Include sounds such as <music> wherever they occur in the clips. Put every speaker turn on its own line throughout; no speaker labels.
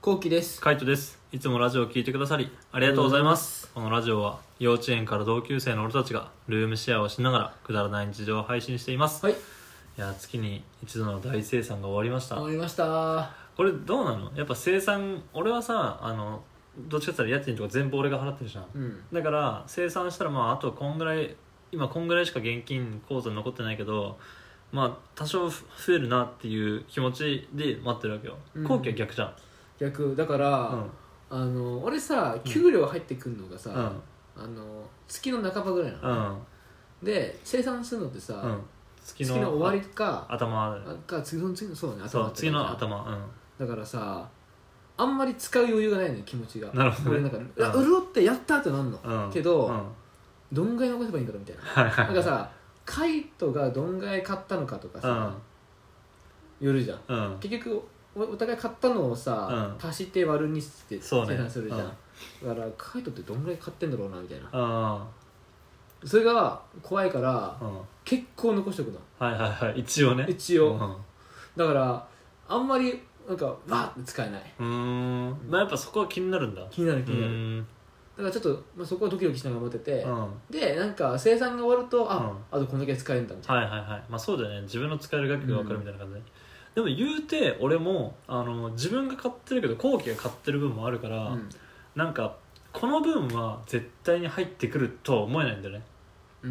こうきです
カイトですいつもラジオを聞いてくださりありがとうございますこのラジオは幼稚園から同級生の俺たちがルームシェアをしながらくだらない日常を配信しています、
はい
いや月に一度の大生産が終わりました
思いました
これどうなのやっぱ生産俺はさあのどっちかって言ったら家賃とか全部俺が払ってるじゃん
うん
だから生産したらまああとこんぐらい今こんぐらいしか現金口座に残ってないけどまあ多少ふ増えるなっていう気持ちで待ってるわけよ
うん
後期は逆じゃん
逆だから、
うん
あの俺さ給料入ってくるのがさ、
うん
あの月の半ばぐらいな
う
の、
ん
で生産するのってさ、
うん月
月の終わり
あ
か
頭
あか次の次のそうだね頭
そう
だったり
次の
さ
頭
だからさあんまり使う余裕がないのよ気持ちが
なるほど
俺
ね
なんか、うわ
うん
潤ってやったってなんの、
うんうん
けど、
うん
どんぐらい残せばいいんだろうみたい
はい
な
は
ないんかさカイトがどんぐらい買ったのかとかさ、よるじゃん
うんうん
結局おお互い買ったのをさ、足して割るにして
そうね
計算するじゃん、だからカイトってどんぐらい買ってんだろうなみたいな
あ
それが怖いから
あうんは
結構残しておくの
いはいはい一応ね
一応
うん
だからあんまりなんかわーって使えないう
ーんまあやっぱそこは気になるんだ
気になる
う
気になる、
ーん
だからちょっと、まあ、そこはドキドキしながら持ってて、
うんは
でなんか生産が終わるとあ、
う
あとこんだけ使えるんだみ
い
たい
はいはいまあそうだよね自分の使える額が分かるみたいな感じででも言うて俺もあの自分が買ってるけど後期が買ってる分もあるか
な、う
ら
ん
なんかこの分は絶対に入ってくるとは思えないんだよね
うー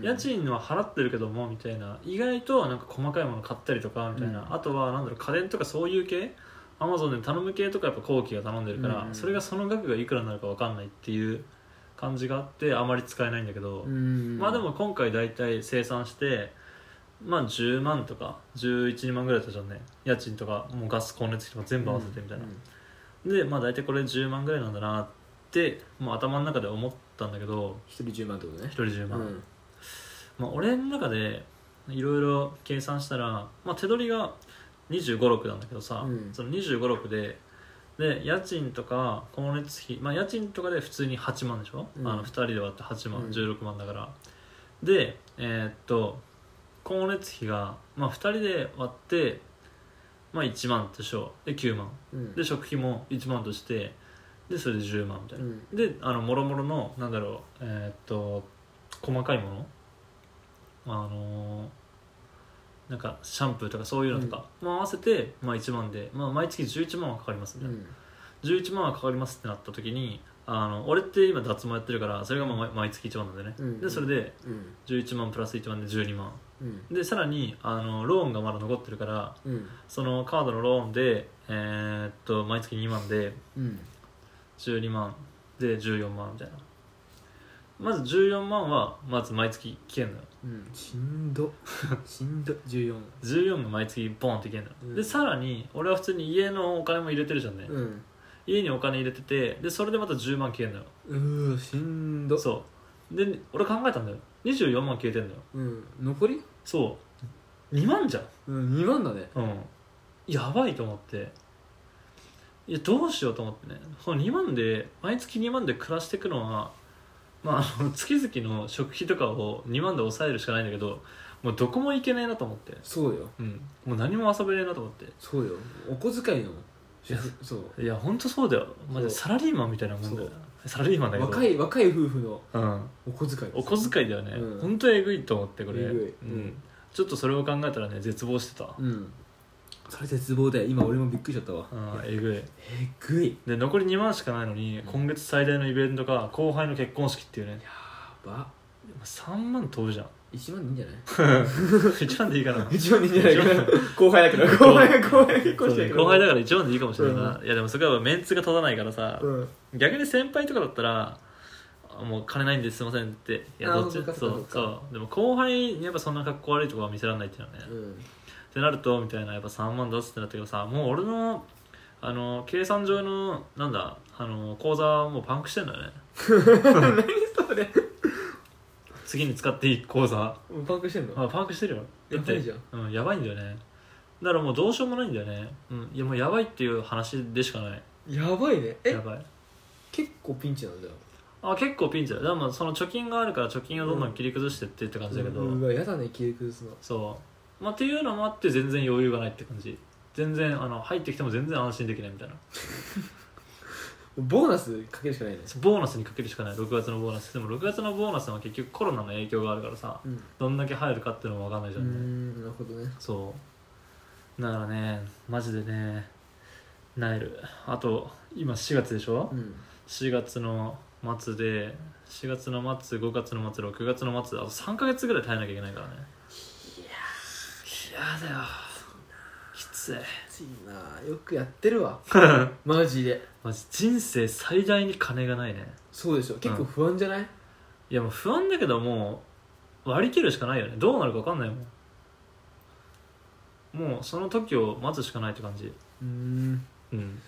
ん
家賃は払ってるけどもみたいな意外となんか細かいもの買ったりとかみたいな、
うん
あとはなんだろう家電とかそういう系アマゾンで頼む系とかやっぱ後期が頼んでるから、
うん
それがその額がいくらになるか分かんないっていう感じがあってあまり使えないんだけど、
うーん
まあでも今回大体生産してまあ10万とか11万ぐらいだったじゃんね家賃とかもうガス光熱費とか全部合わせてみたいな、
うん
でまあ大体これ10万ぐらいなんだなってもう頭の中で思ったんだけど
一人10万ってことね
1人10
う
万、
ん
まあ、俺の中でいろいろ計算したら、まあ、手取りが2 5 6なんだけどさ、
うん
その2 5 6でで家賃とか光熱費、まあ、家賃とかで普通に8万でしょ、
うん
あの2人で割って8万、
うん
16万だからでえーっと光熱費が、まあ、2人で割って、まあ、1万としようで9万
うん
で食費も1万としてでそれで10万みたいな
う、ん
であのもろもろのなんだろうえーっと細かいものあのーなんかシャンプーとかそういうのとか、まあ合わせて、まあ、1万で、まあ、毎月11万はかかりますみ
う
たいなん11万はかかりますってなった時にあの俺って今脱毛やってるからそれがまあ毎月1万なんでね、
うん
でそれで
うん
11万プラス1万で12万
うん
でさらにあのローンがまだ残ってるから
うん
そのカードのローンで、えーっと毎月2万で
うん
12万で14万みたいなまず14万はまず毎月消えんのよ
うんしん <laughs> どしんど14
14が毎月ボンって消えんのよ、
うん
でさらに俺は普通に家のお金も入れてるじゃんね、
うん
家にお金入れててでそれでまた10万消えんのよ
うーしんど
そうで俺考えたんだよ24万消えてんのよ
うん残り
そう2万じゃん
うん2万だね
うんやばいと思っていやどうしようと思ってねその2万で毎月2万で暮らしていくのはまああの月々の食費とかを2万で抑えるしかないんだけどもうどこも行けないなと思って、
そうよ
うん、もう何も遊べねえなと思って
そうよお小遣いの
いや
そう
いやほんとそうだよマジで
そう
サラリーマンみたいなもんだよサラリーマンだけど
若い若い夫婦の
うん、
お小遣い
お小遣いだよね、
うん
ほんとえぐいと思ってこ
え
れ、
ぐい
うん、ちょっとそれを考えたらね絶望してた、
うんそれ絶望で今俺もびっくりしちゃったわ
うん、えぐい
えぐい
で残り2万しかないのに今月最大のイベントが後輩の結婚式っていうね
やば
3万飛ぶじゃん <laughs>
1万でいいんじゃない <laughs>
1万でいいかな
1万でいいんじゃない
一
か <laughs> 後輩だけど後輩後輩結
そ
婚
う
して
ね
る
後輩だから1万でいいかもしれないな、
う
いやでもそこはメンツが立たないからさ、
うん
逆に先輩とかだったらあもう金ないんですすいませんっていや
あー
どっ
そ
ち
っか
そう
そっか
そ
そうっか
でも後輩にやっぱそんな格好悪いとこは見せられないっていうのはね、
うん <laughs>
ってなるとみたいなやっぱ3万出すってなったけどさもう俺のあの計算上のなんだあの口座はもうパンクしてんだよね
それ
次に使っていい口座
<laughs> もうパンクしてんの
まあ、パークしてるよだっ
やば
て
いじゃん
うん、やばいんだよねだからもうどうしようもないんだよね、うん、いやもうやばいっていう話でしかない
やばいねえ
やばい
結構ピンチなんだよ
あ結構ピンチだよだからまあその貯金があるから貯金をどんどん切り崩してってって感じだけど、
うわやだね切り崩すの
そう、まあ、っていうのもあって全然余裕がないって感じ全然あの入ってきても全然安心できないみたいな
ボーナスかけるしかないね
そうボーナスにかけるしかない6月のボーナスでも6月のボーナスは結局コロナの影響があるからさ
うん
どんだけ入るかっていうのも分かんないじ
う
ゃ
ー
んね、
んなるほどね
そうだからねマジでねなえるあと今4月でしょ、
うん
4月の末で4月の末5月の末6月の末あと3ヶ月ぐらい耐えなきゃいけないからねいやーだよきつい
ついなよくやってる
<laughs>
わマジで
マジ人生最大に金がないね
そうでしょ結構不安じゃない、
いやもう不安だけどもう割り切るしかないよねどうなるか分かんないもんもうその時を待つしかないって感じ
うーん
うん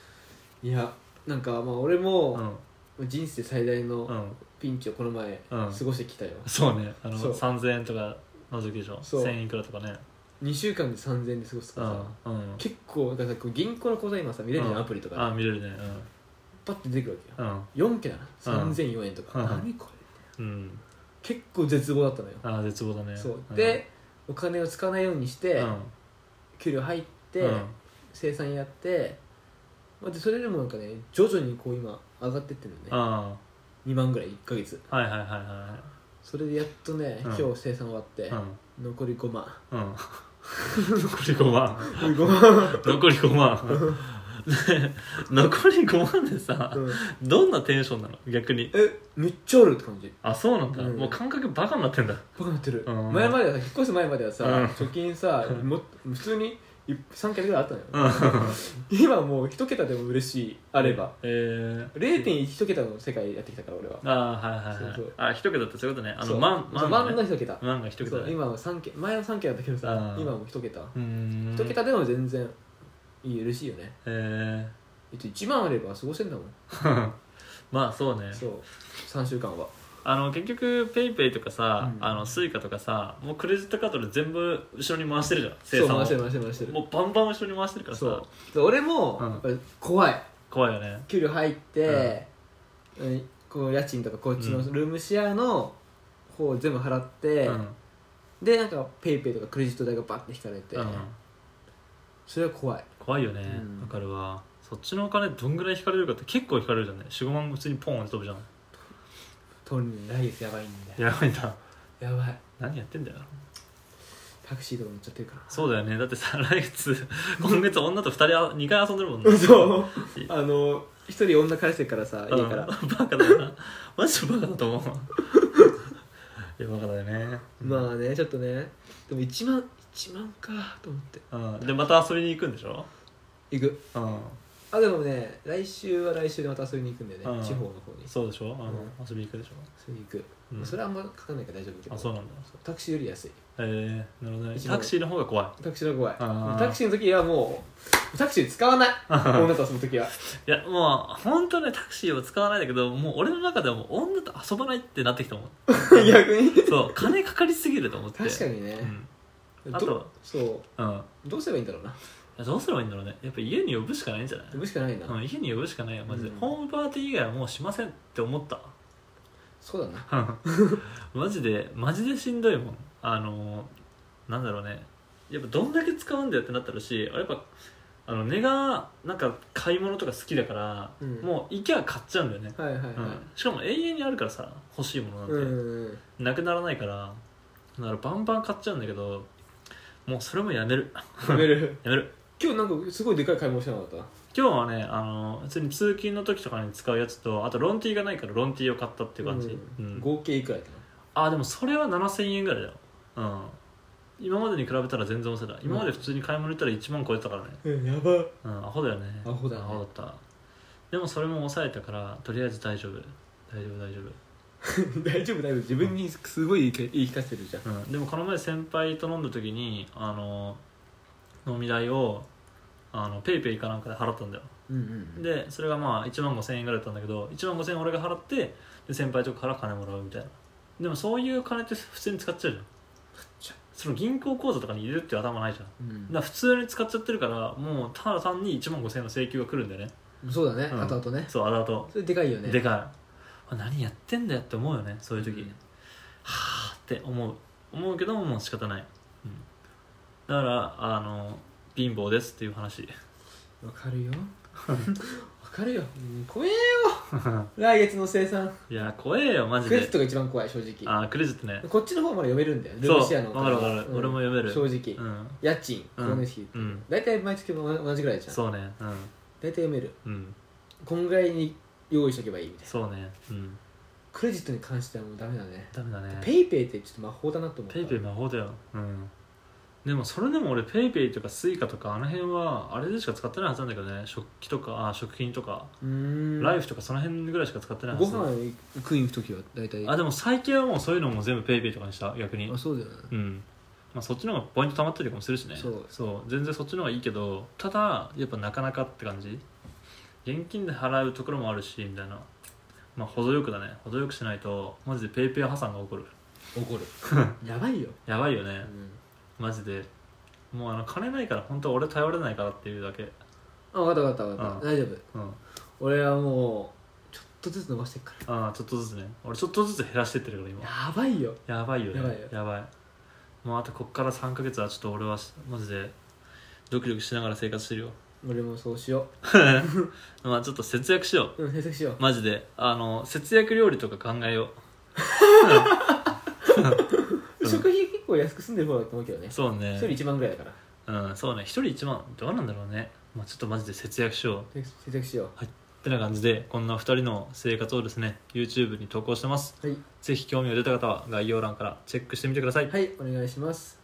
いやなんかまあ俺
う
も
ん
人生最大
う
の
ん
ピンチをこの前
う
過
ん
ごしてきたよ、
そうねあの
そう
3000円とかの時でしょ
そう
1000いくらとかね
2週間で3000円で過ごす
う
からさ、
んうん
結構だからこう銀行の口座今さ見れるじゃん、
うん
アプリとか
あ見れるね
パッて出てくるわけ
うんうん
よ4件だな3004円とか、
うん
何これ
うん
結構絶望だったのよ、
ああ絶望だね
そう、
ん
でお金を使わないようにして、
うん
給料入って、
うん
生産やって、まあ、でそれでもなんかね徐々にこう今上がってってるのね
あ
2万ぐらい1ヶ月
あはいはいはいは
それでやっとね、
うん
今日生産終わって
い、うん
残り5万
うん残り5万
5万
残り5万ね残り5万でさ
<laughs> うん
どんなテンションなの逆に
えめっちゃあるって感じ
あそうなんだ、
うん
もう感覚バカになってんだ
バカなってる、
うん
前まではさ引っ越す前まではさ、
うん
貯金さも普通にい3桁ぐらいあったのよ、
うん
今もう1桁でも嬉しいあれば、
えー、
0.1桁の世界やってきたから俺は
ああはいはいはい
そうそう
あ一桁ってそういうことねあ
そ
の
う
万
そう
万
万の
ね、
1桁、
万が一桁
そ
だ
う
ね
今は3桁前は3桁だったけどさ
うん
今はもう1桁
うーん
1桁でも全然いい嬉しいよね
え
1万あれば過ごせんだもん
ー、 <laughs> まあそうね
そう3週間は
あの結局ペイペイとかさ、
うん
あのスイカとかさもうクレジットカードで全部後ろに回してるじゃん
そう
生産を
回してる回してる回してる
もうバンバン後ろに回してるから
そう
さ
で俺も
うん
やっぱり怖い
怖いよね
給料入ってうんこう家賃とかこっちの
うん
ルームシェアの方を全部払っ
う
て
ん
でなんかペイペイとかクレジット代がバッて引かれて
うん
それは怖い
怖いよねわ、
うん
かるわそっちのお金どんぐらい引かれるかって結構引かれるじゃんね45万普通にポンって飛ぶじゃん
トンに来月やばいんだよ
やばいな
やばい
何やってんだよ
タクシーとか乗っちゃってるか
そうだよねだってさ来
<laughs>
月今月女と2人あ2回遊んでるもん
ら <laughs>
ね
嘘あの一人女返してるからさ
うん
家から
バカだよなマジでバカだと思
<laughs>
ういやバカだよね
まあねちょっとねでも1万1万かと思って
うん、でまた遊びに行くんでしょ
行く
うん
あでもね来週は来週でまた遊びに行くんだよね、
うん
地方の方に
そうでしょ、あ
うん
の遊びに行くでしょ、
それ行く、
うん、
それはあんまかかんないから大丈夫だけど
あそうなんだ
そうタクシーより安い
ええなるほどね
一番
タクシーの方が怖い
タクシーの方が
あ
怖
ー
いタクシーの時はもうタクシー使わない女と遊ぶ時はい <laughs>
やもう本当ねタクシーは使わないんだけどもう俺の中でも女と遊ばないってなってきたもん
逆に <laughs>
そう金かかりすぎると思って
確かに
う
ね、
ん
ど
あと
そ
うんいう
どうすればいいんだろうな
やどうすればいいんだろうねやっぱ家に呼ぶしかないんじゃない
呼ぶしかないな、
うん、家に呼ぶしかないよマジで、
うん
ホームパーティー以外はもうしませんって思った
そうだな
<laughs> マジでマジでしんどいもんあのなんだろうねやっぱどんだけ使うんだよってなったるしやっぱあの根がなんか買い物とか好きだから、
うん
もう行きゃ買っちゃうんだよね、
はいはいはい、
うん、しかも永遠にあるからさ欲しいものなんて、
うんうんうん
なくならないからだからバンバン買っちゃうんだけどもうそれもやめる
やめる <laughs>
やめる
今日なんかすごいでかい買い物してなかった
今日はねあの普通に通勤の時とかに使うやつとあとロンティーがないからロンティーを買ったっていう感じ、
う
うん
ん、合計いくらやったの
あでもそれは7000円ぐらいだようん今までに比べたら全然抑えた今まで普通に買い物行ったら1万超えてたからね
うんやば <laughs>
うんアホだよね
アホだね
アホだったでもそれも抑えたからとりあえず大丈夫大丈夫大丈
大丈夫大丈夫自分にすごい言い聞かせてるじゃん
夫、うん、でもこの前先輩と飲んだ時にあの飲み代をあのペイペイかなんかで払ったんだよ
うんうん
でそれがまあ1万5000円ぐらいだったんだけど1万5000円俺が払ってで先輩とかから金もらうみたいなでもそういう金って普通に使っちゃうじゃん
ちゃう
その銀行口座とかに入れるっていう頭ないじゃんだ
うん
から普通に使っちゃってるからもうただ単に1万5000円の請求が来るんだよね
そうだね
うん
後々ね
そうあだと、
それでかいよね
でかいあ何やってんだよって思うよねそういう時、
うん
はあって思う思うけどももう仕方ない、うん、だからあの貧乏ですっていう話
<laughs> わか
<laughs>
るよわかるよ、うん、怖えよ来月の生産
いや怖えよマジ
クレジッ
で
トが一番怖い正直
あークレジットね
こっちの方まだ読めるんだよル
そう
ームシェアの
わかるわかる、
うん
俺も読める
正直、
うん
家賃
うん
光熱費
うん
大体毎月も同じぐらいじゃん
そうねうん
大体読める
うん
こんぐらいに用意しとけばいいみたいな
そうねうん
クレジットに関してはもうダメだね
ダメだね
ペイペイってちょっと魔法だなと思った
ペイペイ魔法だようんでもそれでも俺ペイペイとかスイカとかあの辺はあれでしか使ってないはずなんだけどね食器とかあ食品とか、
うーん
ライフとかその辺ぐらいしか使ってないは
ご
ず
飯食いに行く時は大体
あでも最近はもうそういうのも全部ペイペイとかにした逆に
あそうだよね
うんまあ、そっちの方がポイント貯まったりとかもするしね
そう
全然そっちの方がいいけどただやっぱなかなかって感じ現金で払うところもあるしみたいなまあ程よくだね程よくしないとマジでペイペイ破産が起こる
怒る <laughs> やばいよ、
やばいよね、
うん、
マジでもうあの金ないから本当俺頼れないからっていうだけ
あ分かった分かった分かった大丈夫
うん
俺はもうちょっとずつ伸ばしていくか
ああちょっとずつね俺ちょっとずつ減らしてってるから今
らやばいよ
やばいよね
やばいよ
もうあとこっから3ヶ月はちょっと俺はマジでドキドキしながら生活してるよ
俺もそうしよ
まあちょっと節約しよ
ううん制作しよ
うマジであの節約料理とか考えよ
う
うん
食費結構安く済んでる方だと思うけどね
うそうね
一人1万ぐらいだから
うんそうね1人1万どうなんだろうね、まあ、ちょっとマジで節約しよう
制作しよう
ってな感じでこんな2人の生活をですね YouTube に投稿してます
はい、
ぜひ興味が出た方は概要欄からチェックしてみてください
はい、お願いします